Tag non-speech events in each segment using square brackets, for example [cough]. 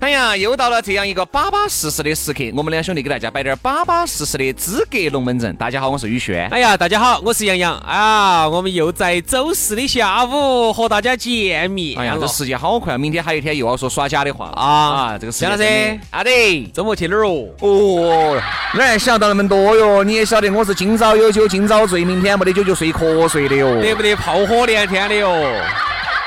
哎呀，又到了这样一个巴巴适适的时刻，我们两兄弟给大家摆点儿巴巴适适的资格龙门阵。大家好，我是宇轩。哎呀，大家好，我是杨洋啊，我们又在周四的下午和大家见面哎呀，了这时间好快，明天还有一天又要说耍假的话啊！啊，这个时杨间真老的师，啊得。周末去哪儿哦？哦，哪儿想到那么多哟？你也晓得我是今朝有酒今朝醉，明天没得酒就睡瞌睡的哟。得不得炮火连天的哟？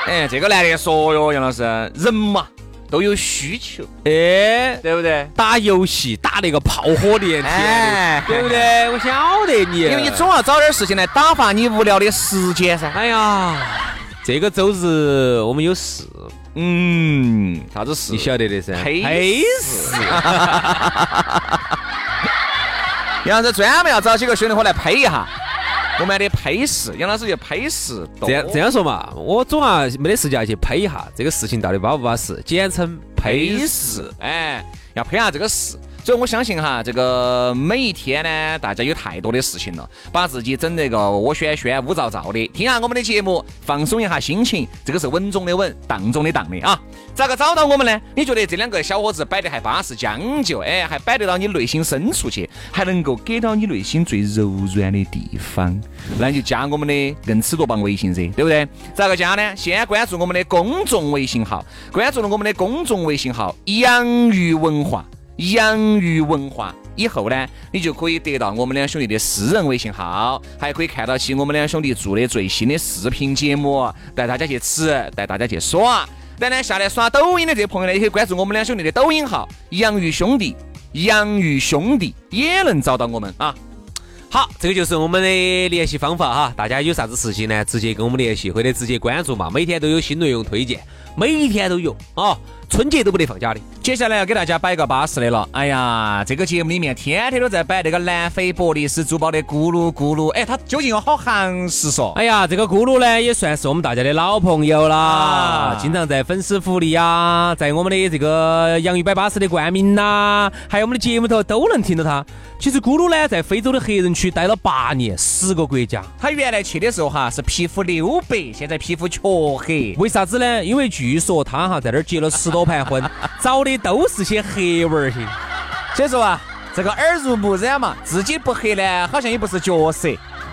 哎，这个难得说哟，杨老师，人嘛都有需求，哎，对不对？打游戏打那个炮火连天哎的，对不对？我晓得你，因为你总要找点事情来打发你无聊的时间噻。哎呀，这个周日我们有事，嗯，啥子事？你晓得的噻，啊黑黑事，杨老师专门要找几个兄弟伙来配一下，我们的配饰，杨老师就配饰多。这样这样说嘛，我总啊没得事就要去拍一下啊这个事情到底巴不巴适，简称拍配饰，哎，要配下这个饰。所以我相信哈，这个每一天呢，大家有太多的事情了，把自己整那个窝喧喧、乌糟糟的，听下我们的节目，放松一下心情，这个是稳中的稳，当中的当的啊。咋个找到我们呢？你觉得这两个小伙子摆得还巴适、将就，哎，还摆得到你内心深处去，还能够给到你内心最柔软的地方，那你就加我们的硬吃多棒微信噻，对不对？咋个加呢？先关注我们的公众微信号，关注了我们的公众微信号“养鱼文化”，养鱼文化。以后呢，你就可以得到我们两兄弟的私人微信号，还可以看到起我们两兄弟做的最新的视频节目，带大家去吃，带大家去耍。然呢，下来刷抖音的这些朋友呢，也可以关注我们两兄弟的抖音号“养鱼兄弟”，养鱼兄弟也能找到我们啊。好，这个就是我们的联系方法哈。大家有啥子事情呢，直接跟我们联系，或者直接关注嘛。每天都有新内容推荐，每一天都有啊、春节都不得放假的。接下来要给大家摆个巴适的了。哎呀，这个节目里面天天都在摆那个南非伯利斯珠宝的咕噜咕噜，哎，它究竟有好行实说？哎呀，这个咕噜呢，也算是我们大家的老朋友啦，啊经常在粉丝福利呀，在我们的这个洋芋摆巴士的冠名啦，还有我们的节目头都能听到他。其实咕噜呢，在非洲的黑人区待了八年，十个国家。他原来去的时候哈是皮肤溜白，现在皮肤黢黑。为啥子呢？因为据说他哈在那儿结了十多盘 [laughs] 婚，找的都是些黑娃儿些。所以说啊，这个耳濡目染嘛，自己不黑呢，好像也不是角色，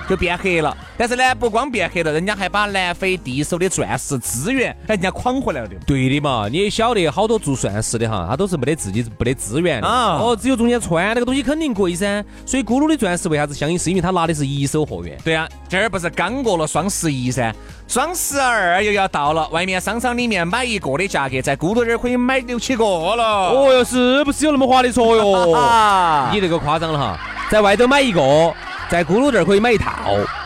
就变黑了。但是呢，不光变黑了，人家还把南非第一手的钻石资源，哎人家诓回来了的。对的嘛，你也晓得，好多做钻石的哈，他都是没得自己没得资源的啊哦，只有中间穿那个东西肯定贵噻。所以咕噜的钻石为啥子相应？是因为他拿的是一手货源。对啊，这儿不是刚过了双十一噻，双十二又要到了，外面商场里面买一个的价格，在咕噜这儿可以买六七个了。哦哟，是不是有那么划得着 [laughs] 哟？啊，你这个夸张了哈，在外头买一个，在咕噜这儿可以买一套。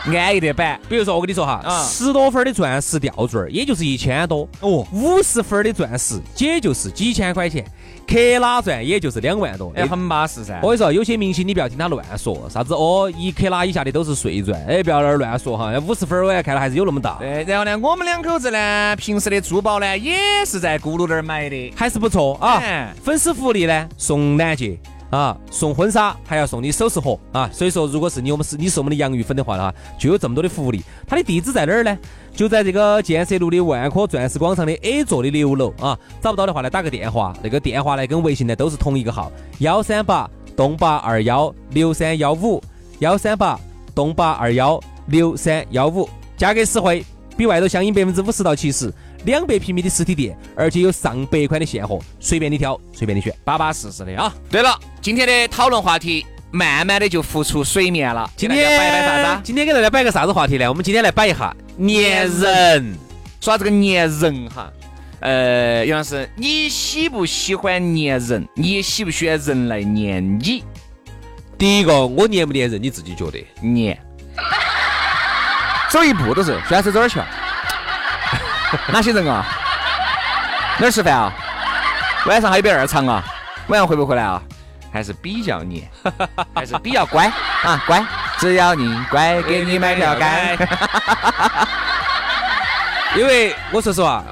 安逸的板比如说，我跟你说哈，啊十多分儿的钻石吊坠儿，也就是一千多；哦。五十分儿的钻石，也就是几千块钱；克拉钻也就是两万多。哎，很巴适噻我。跟你说，有些明星你不要听他乱说，啥子哦，一克拉以下的都是碎钻，哎，不要那儿乱说哈。五十分儿我也看了还是有那么大，对，哎然后呢，我们两口子呢，平时的珠宝呢，也是在咕噜那儿买的。还是不错啊。哎粉丝福利呢，送钻戒啊，送婚纱，还要送你首饰盒啊。所以说，如果是你我们是你是我们的洋芋粉的话呢，就有这么多的福利。它的地址在哪儿呢？就在这个建设路的万科钻石广场的 A 座的六楼啊。找不到的话呢，打个电话，那个电话呢跟微信呢都是同一个号，幺三八东八二幺六三幺五，幺三八东八二幺六三幺五，价格实惠，比外头相应百分之五十到七十。两百平米的实体店，而且有上百款的现货，随便你挑，随便你选。巴巴适适的啊。对了，今天的讨论话题，慢慢的就浮出水面了。今给大天家摆一摆啥子啊？今天给大家摆个啥子话题呢？我们今天来摆一下粘人。说到这个粘人哈，呃，杨老师，你喜不喜欢粘人？你喜不喜欢人来粘你？第一个，我粘不粘人，你自己觉得？粘，走一步都是，轩老师走哪儿去了？ [laughs] 哪些人啊？哪儿吃饭啊？晚上还有没有二场啊？晚上回不回来啊？还是比较粘，还是比较乖啊，乖，只要你乖，给你买条街。因为我说实话，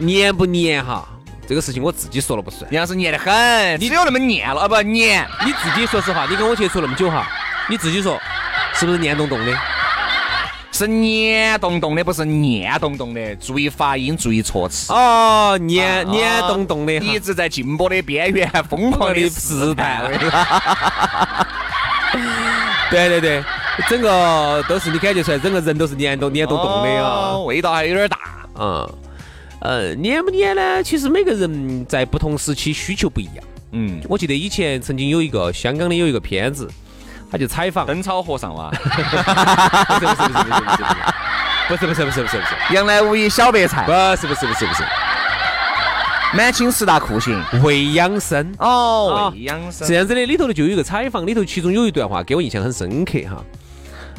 粘不粘哈，这个事情我自己说了不算。杨老师粘得很，只有那么粘了啊，不粘。你自己说实话，你跟我接触那么久哈，你自己说是不是粘洞洞的？是黏咚咚的，不是念咚咚的。注意发音，注意措辞。哦，粘啊粘洞洞的哈，你一直在静波的边缘疯狂的试探。 [laughs] 对对对，整个都是你感觉出来，整个人都是粘洞粘洞洞的啊哦。味道还有点大。嗯，呃，粘不粘呢？其实每个人在不同时期需求不一样。嗯，我记得以前曾经有一个香港的有一个片子，他就采 [laughs] 访，灯草和尚 [laughs] 哇，不是不是不是不是不是不是不是不是不是不是杨乃武一小白菜，不是不是不是不是满清十大酷刑。魏养生。哦，未养是这生。样子的，里头的就有一个采访，里头其中有一段话给我印象很深刻哈。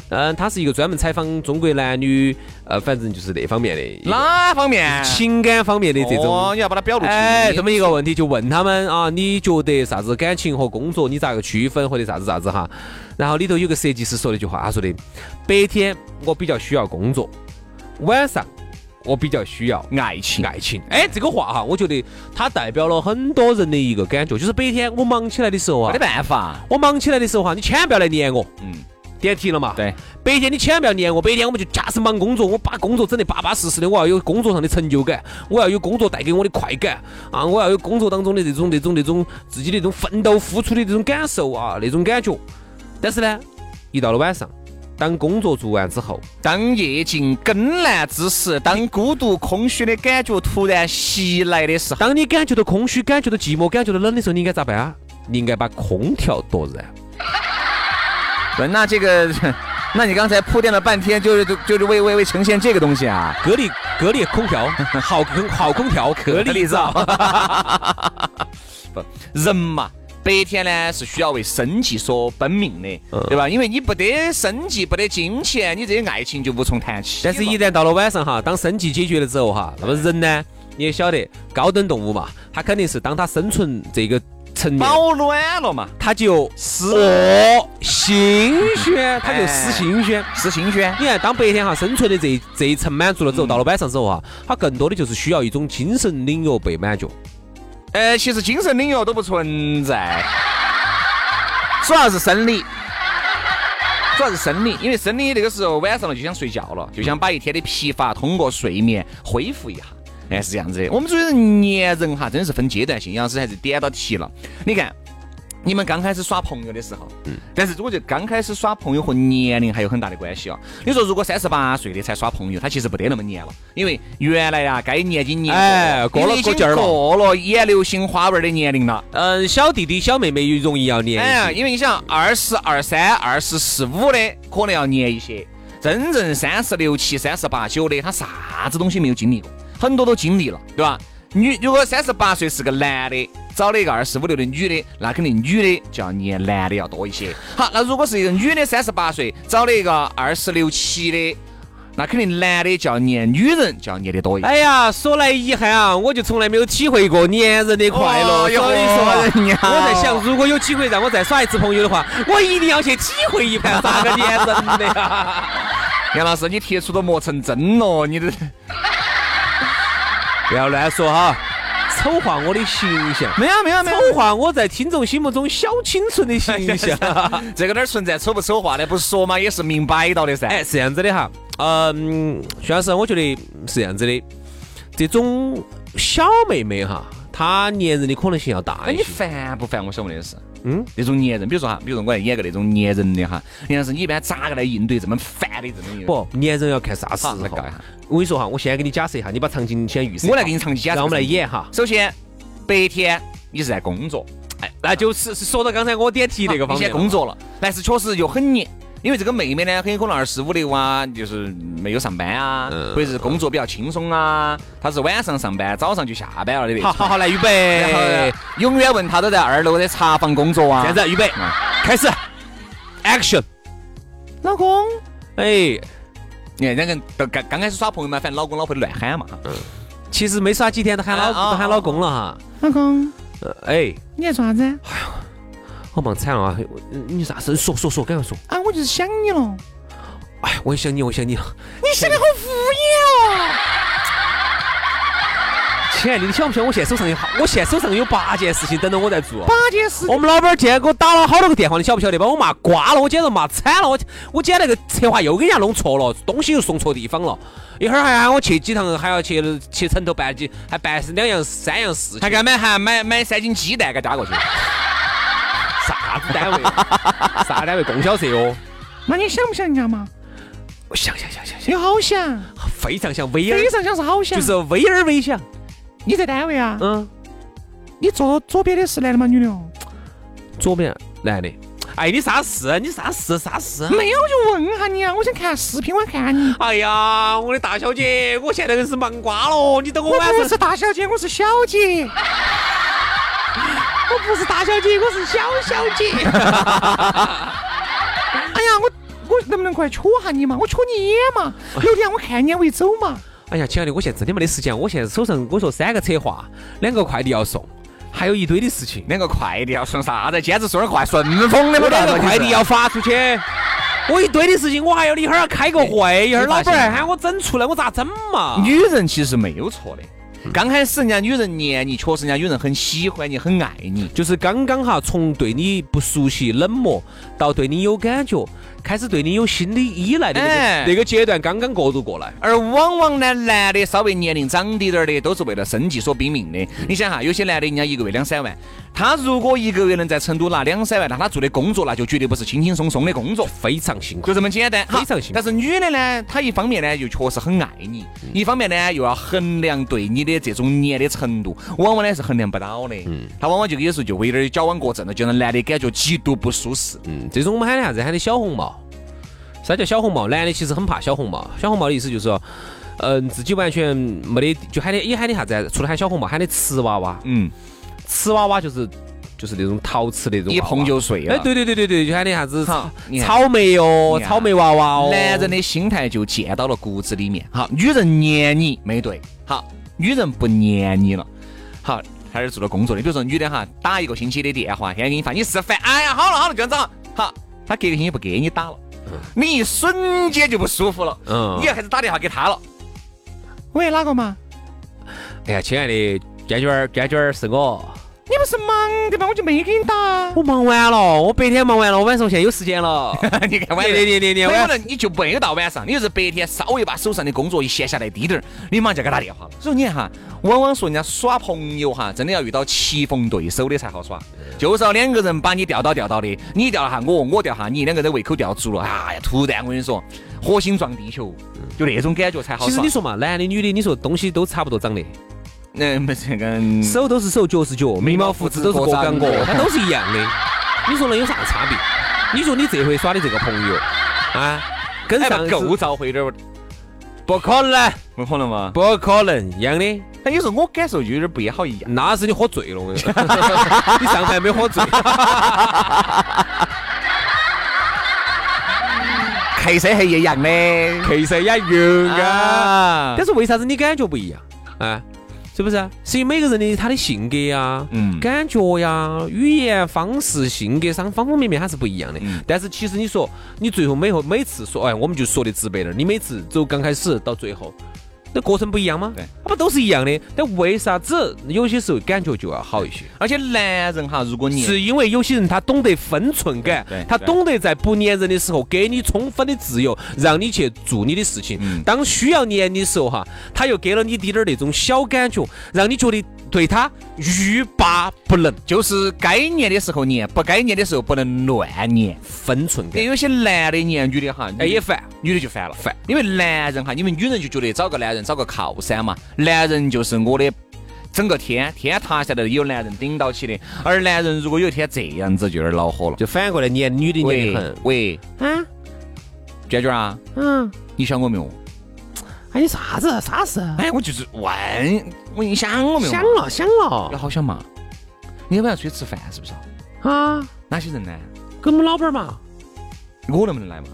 嗯，他是一个专门采访中国男女，呃，反正就是那方面的一个哪方面？情感方面的这哦，种。你要把它表露出哎，来。这么一个问题就问他们啊，你觉得啥子感情和工作，你咋个区分或者啥子啥子哈？然后里头有个设计师说了一句话，他说的：白天我比较需要工作，晚上我比较需要爱情？爱情。哎，这个话哈，我觉得它代表了很多人的一个感觉，就是白天我忙起来的时候啊没得，办法。我忙起来的时候哈，你千万不要来撵我。嗯，点题了嘛？对，白天你千万不要撵我，白天我们就假使忙工作，我把工作整得巴巴适适的，我要有工作上的成就感，我要有工作带给我的快感啊，我要有工作当中的这种、这种、这种自己的这种奋斗付出的这种感受啊，那种感觉。但是呢，一到了晚上，当工作做完之后，当夜静更阑之时，当孤独空虚的感觉突然袭来的 [laughs] 时候，当你感觉到空虚、感觉到寂寞、感觉到冷的时候，你应该咋办啊？你应该把空调夺燃。对，那这个， [laughs] 那你刚才铺垫了半天，就是就是为为为呈现这个东西啊，格力格力空调，好空好空调，格力皂。 [laughs] 不，人嘛，白天呢是需要为生计所奔命的，嗯对吧？因为你不得生计，不得金钱，你这些爱情就无从谈起嘛。但是，一旦到了晚上哈，当生计解决了之后哈，那么人呢，你也晓得，高等动物嘛，它肯定是当它生存这个成年，保暖了嘛，它就失恶心宣，它就哎失心宣。失心轩。你看，当白天哈生存的这一这一层满足了之后，到了晚上之后哈，它更多的就是需要一种精神领域被满足。呃，其实精神领域都不存在，主要是生理，主要是生理，因为生理那个时候晚上了就想睡觉了，就想把一天的疲乏通过睡眠恢复一下。哎，是这样子的，我们主要是粘人哈，真的是分阶段性，杨老师还是点到题了。你看，你们刚开始耍朋友的时候，嗯但是我觉得刚开始耍朋友和年龄还有很大的关系啊。你说如果三十八岁的才耍朋友，他其实不得那么黏了，因为原来啊该年龄年哎过了已经过劲儿了过了眼流星花纹的年龄了。嗯，小弟弟、小妹妹容易要黏哎，一些。因为你想二十二三、二十四五的可能要黏一些，真正三十六七、三十八九的，他啥子东西没有经历过，很多都经历了，对吧？女如果三十八岁是个男的，找了一个二十五六的女的，那肯定女的就要黏男的要多一些。好，那如果是一个女的三十八岁找了一个二十六七的，那肯定男的就要黏女人就要黏的多一些。哎呀，说来遗憾啊，我就从来没有体会过粘人的快乐，哦所以哟哎说人人家家我在想，如果有机会让我再耍一次朋友的话，我一定要去体会一盘咋个粘人的呀！ [laughs] 杨老师，你铁杵都磨成针了，你的。不要乱说哈，丑化我的形象，没有没有哎丑化我在听众心目中小清纯的形象。这个哪儿存在丑不丑化呢？不是说嘛，也是明摆到的噻。 [laughs] 哎，，是这样子的哈，嗯，徐老师，我觉得是这样子的，这种小妹妹哈，她粘人的可能性要大那一哎你些。烦不烦？我想问的是，嗯嗯，那种粘人，比如说哈，比如说我来演个那种粘人的哈，你像是你一般咋个来应对这么烦的这种人？不，粘人要看啥时好候来搞一下。我跟你说哈，我先给你假设一下，你把场景先预设。我来给你。长期讲。让我们来演哈首先，白天你是在工作，哎，那就是是说到刚才我点题那个你方面先了，工作了，但是确实又很黏。因为这个妹妹呢，很有可能二十五六啊，就是没有上班啊，或者是工作比较轻松啊，她是晚上上班，早上就下班了的那好种。好好，来预然后呢备，永远问她都在二楼的茶房工作啊。现在预备嗯，开始，Action！老公，哎，你看两个人都刚刚开始耍朋友嘛，反正老公老婆都乱喊嘛。其实没耍几天，都喊老啊啊都喊老公了哈。老公，呃哎，你在做啥子？啊，好忙惨啊！我你啥事？说说说，赶快说！啊我就是想你了。哎，我也想你，我也想你了。你想的好敷衍哦。亲爱的，你晓不晓得我现在手上有好，我现在手上有八件事情等着我在做。八件啊事，我们老板今天给我打了好多个电话，你晓不晓得？把我骂瓜了，我今天都骂惨了。我我今天那个策划又给人家弄错了，东西又送错地方了。一会儿还喊我去几趟，还要去呃去城头办几，还办两样三样事还情，给她买还买买三斤鸡蛋给她打过去。啥子 [laughs] 单位？啥单位？供销社哦。那你想不想人家嘛？我想想想想想，你好想，非常像威尔非，常想是好想。就是威尔威想。你在单位啊？嗯，你坐左边的是男的吗？女的？哦？左边男的。哎，你啥事？你啥事？啥事？啊没有，我就问下你啊。我想看视频，我想看你。哎呀，我的大小姐，我现在硬是忙瓜了，你等我我晚不上是。大小姐，我是小姐。我不是大小姐，我是小小 [laughs] 姐。哎呀，我我能不能过来戳下你嘛？我戳你眼嘛？有天我看你我就走嘛。哎呀，亲爱的，我现在真的没得时间，我现在手上我说三个策划，两个快递要送，还有一堆的事情。两个快递要送啥子？兼职送点快顺丰的我没两得个快递要发出去，我一堆的事情，我还要一会儿要开个会，一会儿老板还喊我整出来，我咋整嘛？女人其实没有错的。刚开始人家女人黏你，确实人家女人很喜欢你，很爱你。就是刚刚哈，从对你不熟悉、冷漠，到对你有感觉，开始对你有心理依赖的那个、哎那个阶段，刚刚过渡过来。而往往呢，男的稍微年龄长滴点儿的，都是为了生计所拼命的。你想哈，有些男的人家一个月两三万，他如果一个月能在成都拿两三万，那他做的工作那就绝对不是轻轻松松的工作。非常辛苦就。这么简单，非常哈辛苦但是女的呢，她一方面呢又确实很爱你，嗯一方面呢又要衡量对你的这种黏的程度，往往呢是衡量不到的。嗯她往往就有时候就会有点矫枉过正了，就让男的感觉极度不舒适。嗯，这种我们喊的啥子？喊的小红帽。啥叫小红帽？男的其实很怕小红帽。小红帽的意思就是说，嗯、自己完全没得，就喊的也喊的啥子？除了喊小红帽，喊的瓷娃娃。嗯，瓷娃娃就是就是那种陶瓷那种娃娃一碰就碎了。哎，对对对对对，就喊的啥子好草你看草莓哦，你看草莓娃娃哦。男人的心态就建到了骨子里面。好，女人黏你没对，好，女人不黏你了，好，开始做了工作的。比如说女的哈，打一个星期的电话，现在给你发，你是烦，哎呀，好了好了，就这样子，好，她隔个星期不给你打了，你一瞬间就不舒服了，嗯你要开始打电话给她了，喂，哪个嘛？哎呀，亲爱的，娟娟儿，娟娟儿是我。你不是忙的吗？我就没给你打啊。我忙完了，我白天忙完了，我晚上现在有时间了。 [laughs] 你 [laughs] 看晚上，你你你你所以可我能你就没有到晚上，你就是白天稍微把手上的工作一闲下来滴点儿，你马上就给他打电话了。所以你看哈，往往说人家耍朋友哈，真的要遇到棋逢对手的才好耍，就是要两个人把你吊到吊到的，你吊下我，我吊下你，两个人胃口吊足了，哎呀，突然我跟你说，火星撞地球，就那种感觉才好其实耍你。说嘛，男的女的，你说东西都差不多长得，嗯，不是跟手都是手，脚是脚，嗯眉毛胡子都是各干各各长，各它都是一样的。你说能有啥差别？你说你这回耍的这个朋友啊，跟哎上不次够遭会有点儿，不可能，不可能嘛？不可能一样的。但哎有时候我感受就有点不也好一样。那是你喝醉了，我跟 [laughs] 你说你上盘没喝醉。 K 三还一样的，其实也有啊，啊但是为啥子你感觉不一样啊？是不是啊？是因为每个人的他的性格啊呀、嗯感觉呀、语言方式、性格上方方面面它是不一样的。嗯但是其实你说，你最后每后每次说，哎，我们就说的直白点儿，你每次走刚开始到最后，那过程不一样吗？啊对，它不都是一样的？但为啥子有些时候感觉就要好一些？而且男人哈，如果你是因为有些人他懂得分寸感对对，他懂得在不粘人的时候给你充分的自由，让你去做你的事情。嗯当需要粘你的时候，哈，他又给了你滴点儿那种小感觉，让你觉得对他欲罢不能。就是该粘的时候粘，不该粘的时候不能乱粘。分寸因感为，有些男的粘女的哈，哎也女的烦。女的就烦了，烦。因为男人哈，你们女人就觉得找个男人找个靠山嘛，男人就是我的整个天天塌下来有男人顶到起的，而男人如果有一天这样子，就有点恼火了。就反过来撵女的撵喂得很。喂，啊，娟娟啊，嗯，你想我没有？哎，你啥子啥事？哎，我就是问，我你想我没有嘛？啊哎想了想了要好想嘛？你要不要出去吃饭？是不是？啊，哪些人呢？跟我们老板儿嘛。我能不能来嘛？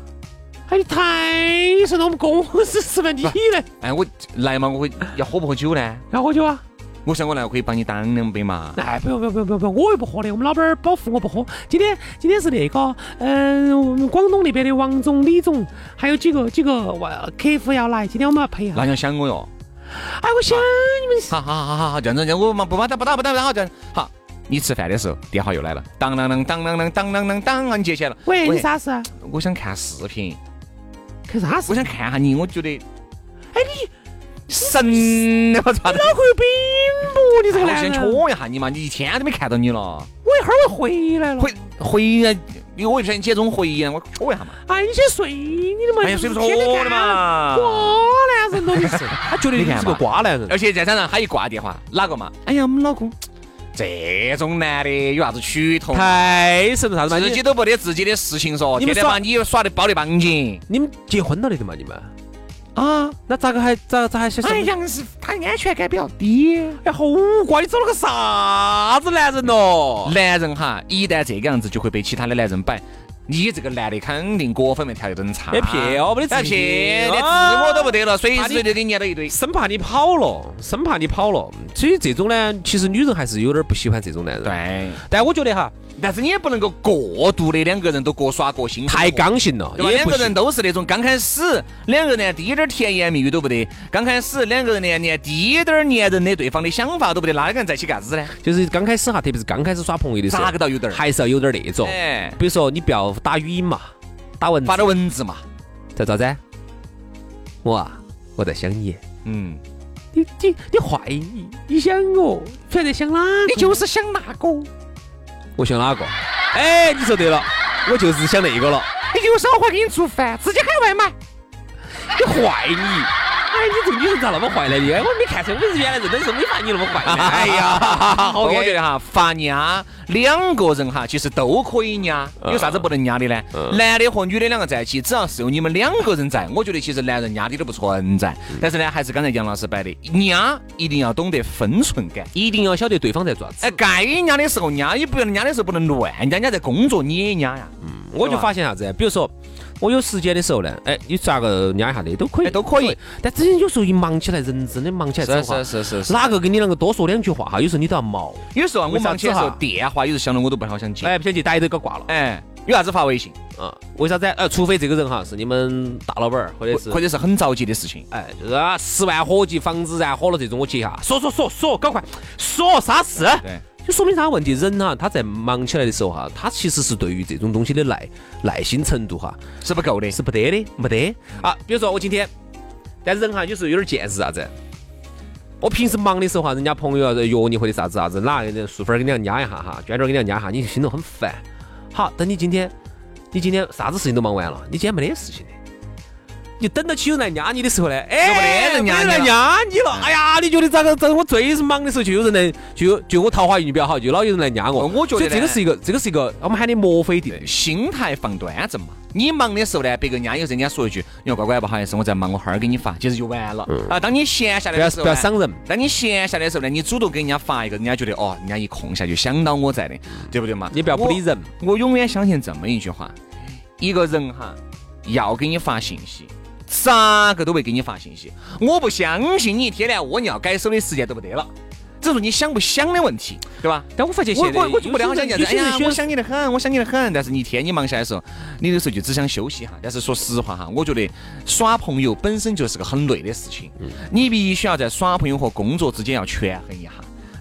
哎，你太顺到我们公司吃饭，你来哎，我来嘛，我会要喝不喝酒呢？要喝酒啊？我想我来，我可以帮你挡两杯嘛。哎，不用不用不用不用不用，我又不喝的，我们老板儿保护我不喝。今天今天是那个，嗯、我们广东那边的王总、李总，还有几个几个外客户要来，今天我们要陪一下。那你要想我哟。哎，我想你们好好好好好，这样子，这样我嘛不把他不打不打不打，好这样好。你吃饭的时候，电话又来了，当当当当当当当当当当，啊你接起来了。喂，你？啥事啊？我想看视频，看啥事我？想看下你，我觉得哎，你神了，我操！脑壳有病不？你这个哎我男先人，戳一下你嘛，你一天都没看到你了。我一会儿我回来了。回回呀，因为我也不晓得你这种回呀，我戳一下嘛。哎，你先睡你的嘛，哎呀，你睡不着天天的干嘛。瓜男人都你哎是，他觉得你哎是个瓜男人，而且再加上他一挂电话，哪个嘛？哎呀，我们老公这种男的有啥子趋同？太神了啥子嘛？自你己都不得自己的事情说，你天们天把你耍的包的绑紧。你们结婚了的嘛？你们啊，那咋个还咋咋还想？哎，杨是他的安全感比较低。哎，好瓜，你找了个啥子男人咯？男人哈，一旦这个样子，就会被其他的男人摆。你这个男的肯定各方面条件都很差，哎票没得自哎信撇，连啊自我都不得了，随时随地给你粘到一堆。生怕你跑了，生怕你跑了。所以这种呢，其实女人还是有点不喜欢这种男人。，对，但我觉得哈，但是你也不能够过度的两个人都各耍各心，太刚性了，对吧？也两不个行人。都是那种刚开始，两个人呢滴点儿甜言蜜语都不得，刚开始两个人呢连滴点儿粘人的对方的想法都不得，那两个人在一起干啥子呢？就是刚开始哈，特别是刚开始耍朋友的时候咋，个到有点儿？还是要有点那种。哎，比如说，你不要打语音嘛，打文字发，点文字嘛，在咋子？我啊，我在想你，嗯，你你你坏，你你想我，不晓得想哪个？你就是想那个，我想哪个？哎，你说对了，我就是想那个了。你就是我会给你做饭，直接喊外卖。你坏你！哎，你这个女人咋那么坏呢？你哎，我没看出来，我是原来认真是没发现你那么坏呢。哎 [laughs] 呀， [laughs] 我觉得哈，发压两个人哈，其实都可以压，嗯有啥子不能压的呢？男的和女的两个在一起，只要是有你们两个人在，我 [laughs] 觉得其实男人压的都不存在。嗯但是呢，还是刚才杨老师摆的，压一定要懂得分寸感。一定要晓得对方在做啥子。哎，该压的时候压，也不要压的时候不能乱压，人家在工作你也压呀，我就发现啥子？比如说，我有时间的时候呢，哎，你咋个压一下的都可以，哎都可以。但真的有时候一忙起来，人真的忙起来真话，是是哪个跟你啷个多说两句话哈？有时候你都要毛，有时候啊我为啥忙起来的时候，子哈电话有时候想到我都不好想接。哎，不想去打一都给挂了哎，有啥子发微信，啊？为啥子？哎，除非这个人哈是你们大老板儿，或者是或者是很着急的事情。哎，就是啊，十万火急防止燃火了这种，我接一下。说说说说，赶快说啥事？对，就说明啥问题？人哈、他在忙起来的时候哈、他其实是对于这种东西的耐耐心程度哈、是不够的。是不得的，没得啊。比如说我今天，但是人哈、有时候有点见识啥子。我平时忙的时候哈、人家朋友要约你或者啥子啥子，哪个淑芬儿给你要压一下哈，娟娟儿给你要压一下，你心头很烦。好，等你今天，你今天啥子事情都忙完了，你今天没得事情的。你等到起有人来压你的时候呢，哎，就没得人压你了没得人压你了，哎呀，你觉得咋个？咋个？我最是忙的时候就有人来，就有就我桃花运比较好，就老有人来压我。我觉得所以这个呢是一个，这个是一个我们喊的墨菲定律。心态放端正嘛。你忙的时候呢，别个人家有时候人家说一句：“哟，乖乖，不好意思，我在忙，我哈儿给你发。”其实就完了。啊，当你闲下来嗯不要的时候不要呢，伤人。当你闲下来的时候呢，你主动给人家发一个，人家觉得哦，人家一空下就想到我在的，对不对嘛？你不要不理人我。我永远相信这么一句话：一个人哈，要给你发信息。咋个都会给你发信息，我不相信你一天连窝尿改手的时间都不得了，只是你想不想的问题，对吧？但我发现我现在我我就不得好想有念些子，人哎呀，有些人选我想你得很，我想你得很。但是你一天你忙下来的时候，你有时候就只想休息哈。但是说实话哈，我觉得耍朋友本身就是个很累的事情，你必须要在耍朋友和工作之间要权衡一下。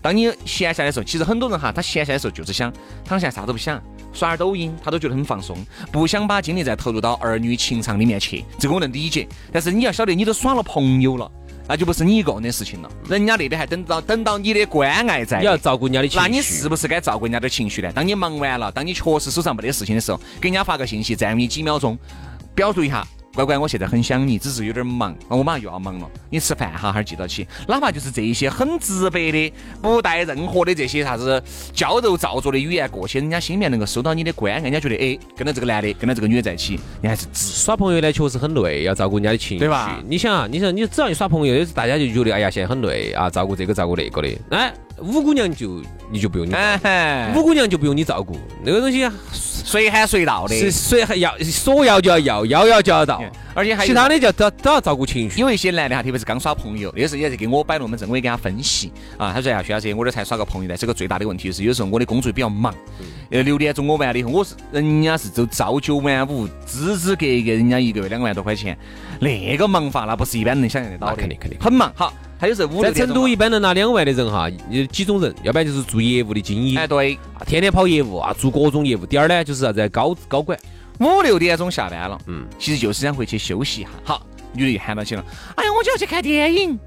当你闲下来的时候，其实很多人哈，他闲下来的时候就是想躺下啥都不想，刷点抖音，他都觉得很放松，不想把精力再投入到儿女情长里面去。这个我能理解，但是你要晓得，你都耍了朋友了。那就不是你一个人的事情了，人家那边还等到等到你的关爱在的。你要照顾人家的情那绪。你是不是该照顾人家的情绪呢？当你忙完了，当你确实手上没得事情的时候，给人家发个信息，占用你几秒钟，表述一下乖乖，我现在很想你，只是有点忙，我马上又要忙了。你吃饭哈，哈儿记到起。哪怕就是这一些很直白的，不带任何的这些啥子矫揉造作的语言过去，人家心里面能够收到你的关爱，人家觉得哎，跟到这个男的，跟到这个女的在一起，你还是值。耍朋友呢，确实很累，要照顾人家的情绪，对吧你想啊，你想，你只要一耍朋友，大家就觉得哎呀，现在很累啊，照顾这个，照顾那个的。哎，五姑娘就你就不用你，哎五，姑娘就不用你照顾，那个东西啊随喊随到的，是谁还要说要就要要，要要就要到，而且还有其他的就都都要照顾情绪。有一些男的哈，特别是刚耍朋友，那时候也是给我摆龙门阵，我也给他分析啊。他说呀，薛老师，我这才耍个朋友呢，这个最大的问题就是有时候我的工作比较忙，嗯呃，六点钟我完了以后，我是人家是就朝九晚五，支支格格，人家一个月两万多块钱，那个忙法那不是一般人能想象得到的，那啊肯定肯定很忙。好，他有时候五在六点成钟都啊一般能拿两万的人哈，有几种人，要不然就是做业务的精英，哎对，啊天天跑业务啊，做各种业务。第二呢，就是啥子高高管，五六点钟下班了，嗯嗯，其实就是想回去休息一下。好，女的又喊到起了，哎呀，我就要去看电影。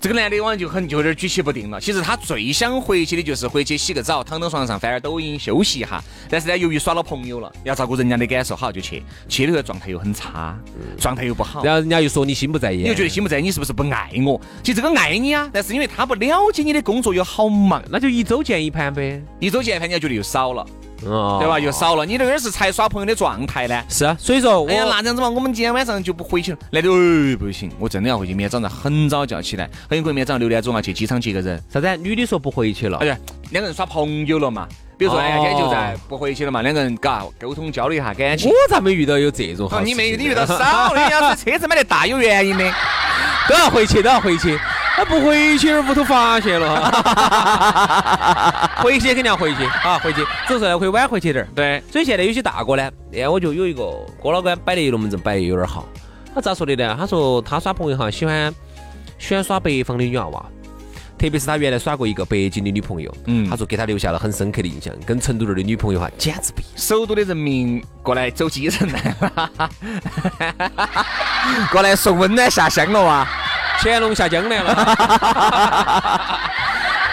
这个男的往往就很就有点举棋不定了。其实他最想回去的就是回去洗个澡，躺到床上翻点抖音休息一下。但是呢，由于耍了朋友了，要照顾人家的感受，好就去，去了以后状态又很差，状态又不好。然后人家又说你心不在哦你就焉觉。得心不在，你是不是不爱我？其实这个爱你啊，但是因为他不了解你的工作又好忙，那就一周见一盘呗，一周见一盘，人家觉得又少了，哦对吧？又少了，你这个是才耍朋友的状态呢？是啊，所以说我，哎呀，那这样子嘛，我们今天晚上就不回去了。那就、哎、不行，我真的要回去，明天早上很早就要起来，很有可能明天早上六点钟要啊去机场接个人。啥子啊？女的说不回去了哎，呀，两个人耍朋友了嘛，比如说，哎呀，哦今天就在不回去了嘛，两个人嘎沟通交流一下感情我。咋没遇到有这种好哦，事你情？没你遇到少，人家是车子买的大有原因的。都要回去，都要回去。他不回去，屋头发 [laughs] 现了哈。回去肯定要回去啊，回去，只是会晚回去点儿。 [laughs] 对，所以现在有些大哥呢，哎，我就有一个郭老倌摆的龙门阵摆的有点好。他咋说的呢？他说他耍朋友哈，喜欢喜欢耍北方的女娃娃，特别是他原来耍过一个北京的女朋友，嗯他说给他留下了很深刻的印象，跟成都人的女朋友哈简直不一样。首都的人民过来走基层来了， [laughs] 过来送温暖下乡了啊哇！乾隆下江南了。 [laughs]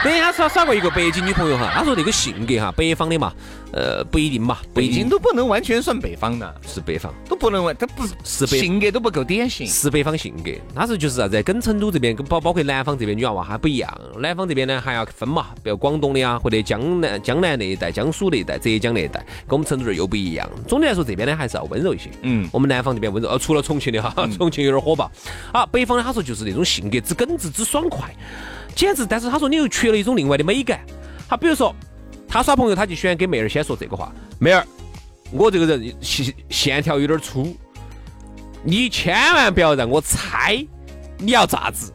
等于他耍耍过一个北京女朋友哈，他说这个性格哈，北方的嘛，呃，不一定嘛，不一北定京都不能完全算北方的，是北方，都不能完，他不是北性格都不够典型。是北方性格。他是就是啥子，跟成都这边跟包包括南方这边女娃娃还不一样，南方这边呢还要分嘛，比如广东的啊，或者江南江南那一带、江苏那一带、浙江那一带，跟我们成都人又不一样。总的来说，这边呢还是要温柔一些。嗯我们南方这边温柔，呃，除了重庆的哈， [laughs] 重庆有点火爆。啊，北方呢，他说就是那种性格之耿直之爽快，简直。但是他说你又缺了一种另外的美感。他比如说，他耍朋友，他就喜欢给妹儿先说这个话：妹儿，我这个人线线条有点粗，你千万不要让我猜你要咋子。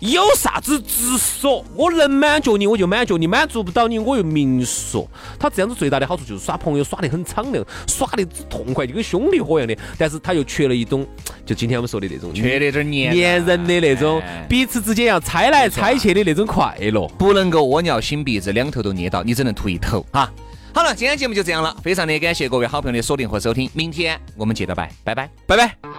有啥子直说，我能满足你我就满足你，满足不到你我又明说。他这样子最大的好处就是耍朋友耍得很敞亮，耍得之痛快就跟兄弟伙一样的，但是他又缺了一种，就今天我们说的那种缺了点黏粘人的那种哎，彼此之间要猜来猜去的那种快乐。不能够窝尿擤鼻子，两头都捏到，你只能吐一头哈。好了，今天节目就这样了，非常的感谢各位好朋友的锁定和收听，明天我们接着拜，拜拜，拜拜。